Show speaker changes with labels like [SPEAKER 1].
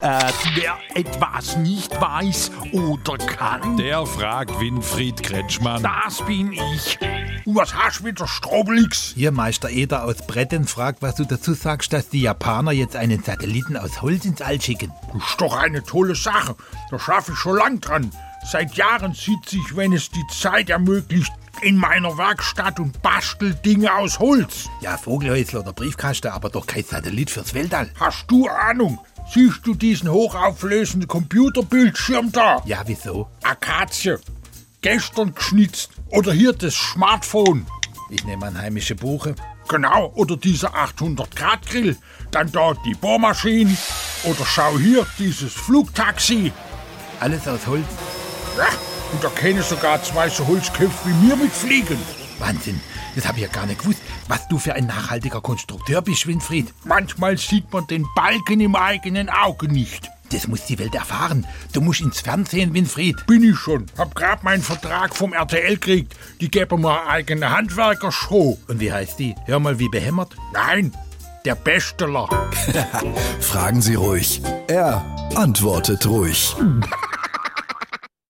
[SPEAKER 1] Äh, wer etwas nicht weiß oder kann,
[SPEAKER 2] Der fragt Winfried Kretschmann.
[SPEAKER 1] das bin ich. Und was hast du wieder, Strobelix?
[SPEAKER 3] Hier Meister Eder aus Bretten fragt, was du dazu sagst, dass die Japaner jetzt einen Satelliten aus Holz ins All schicken.
[SPEAKER 1] Das ist doch eine tolle Sache. Da schaffe ich schon lang dran. Seit Jahren sitze ich, wenn es die Zeit ermöglicht, in meiner Werkstatt und bastel Dinge aus Holz.
[SPEAKER 3] Ja, Vogelhäusler oder Briefkasten, aber doch kein Satellit fürs Weltall.
[SPEAKER 1] Hast du Ahnung? Siehst du diesen hochauflösenden Computerbildschirm da?
[SPEAKER 3] Ja, wieso?
[SPEAKER 1] Akazie. Gestern geschnitzt. Oder hier das Smartphone.
[SPEAKER 3] Ich nehme an heimische Buche.
[SPEAKER 1] Genau, oder dieser 800-Grad-Grill. Dann dort die Bohrmaschine. Oder schau hier, dieses Flugtaxi.
[SPEAKER 3] Alles aus Holz.
[SPEAKER 1] Ja, und da können sogar zwei so Holzköpfe wie mir mitfliegen.
[SPEAKER 3] Wahnsinn, das habe ich ja gar nicht gewusst, was du für ein nachhaltiger Konstrukteur bist, Winfried.
[SPEAKER 1] Manchmal sieht man den Balken im eigenen Auge nicht.
[SPEAKER 3] Das muss die Welt erfahren. Du musst ins Fernsehen, Winfried.
[SPEAKER 1] Bin ich schon. Hab grad meinen Vertrag vom RTL gekriegt. Die geben mir eine eigene Handwerkershow.
[SPEAKER 3] Und wie heißt die? Hör mal, wie behämmert.
[SPEAKER 1] Nein, der Besteller.
[SPEAKER 4] Fragen Sie ruhig. Er antwortet ruhig.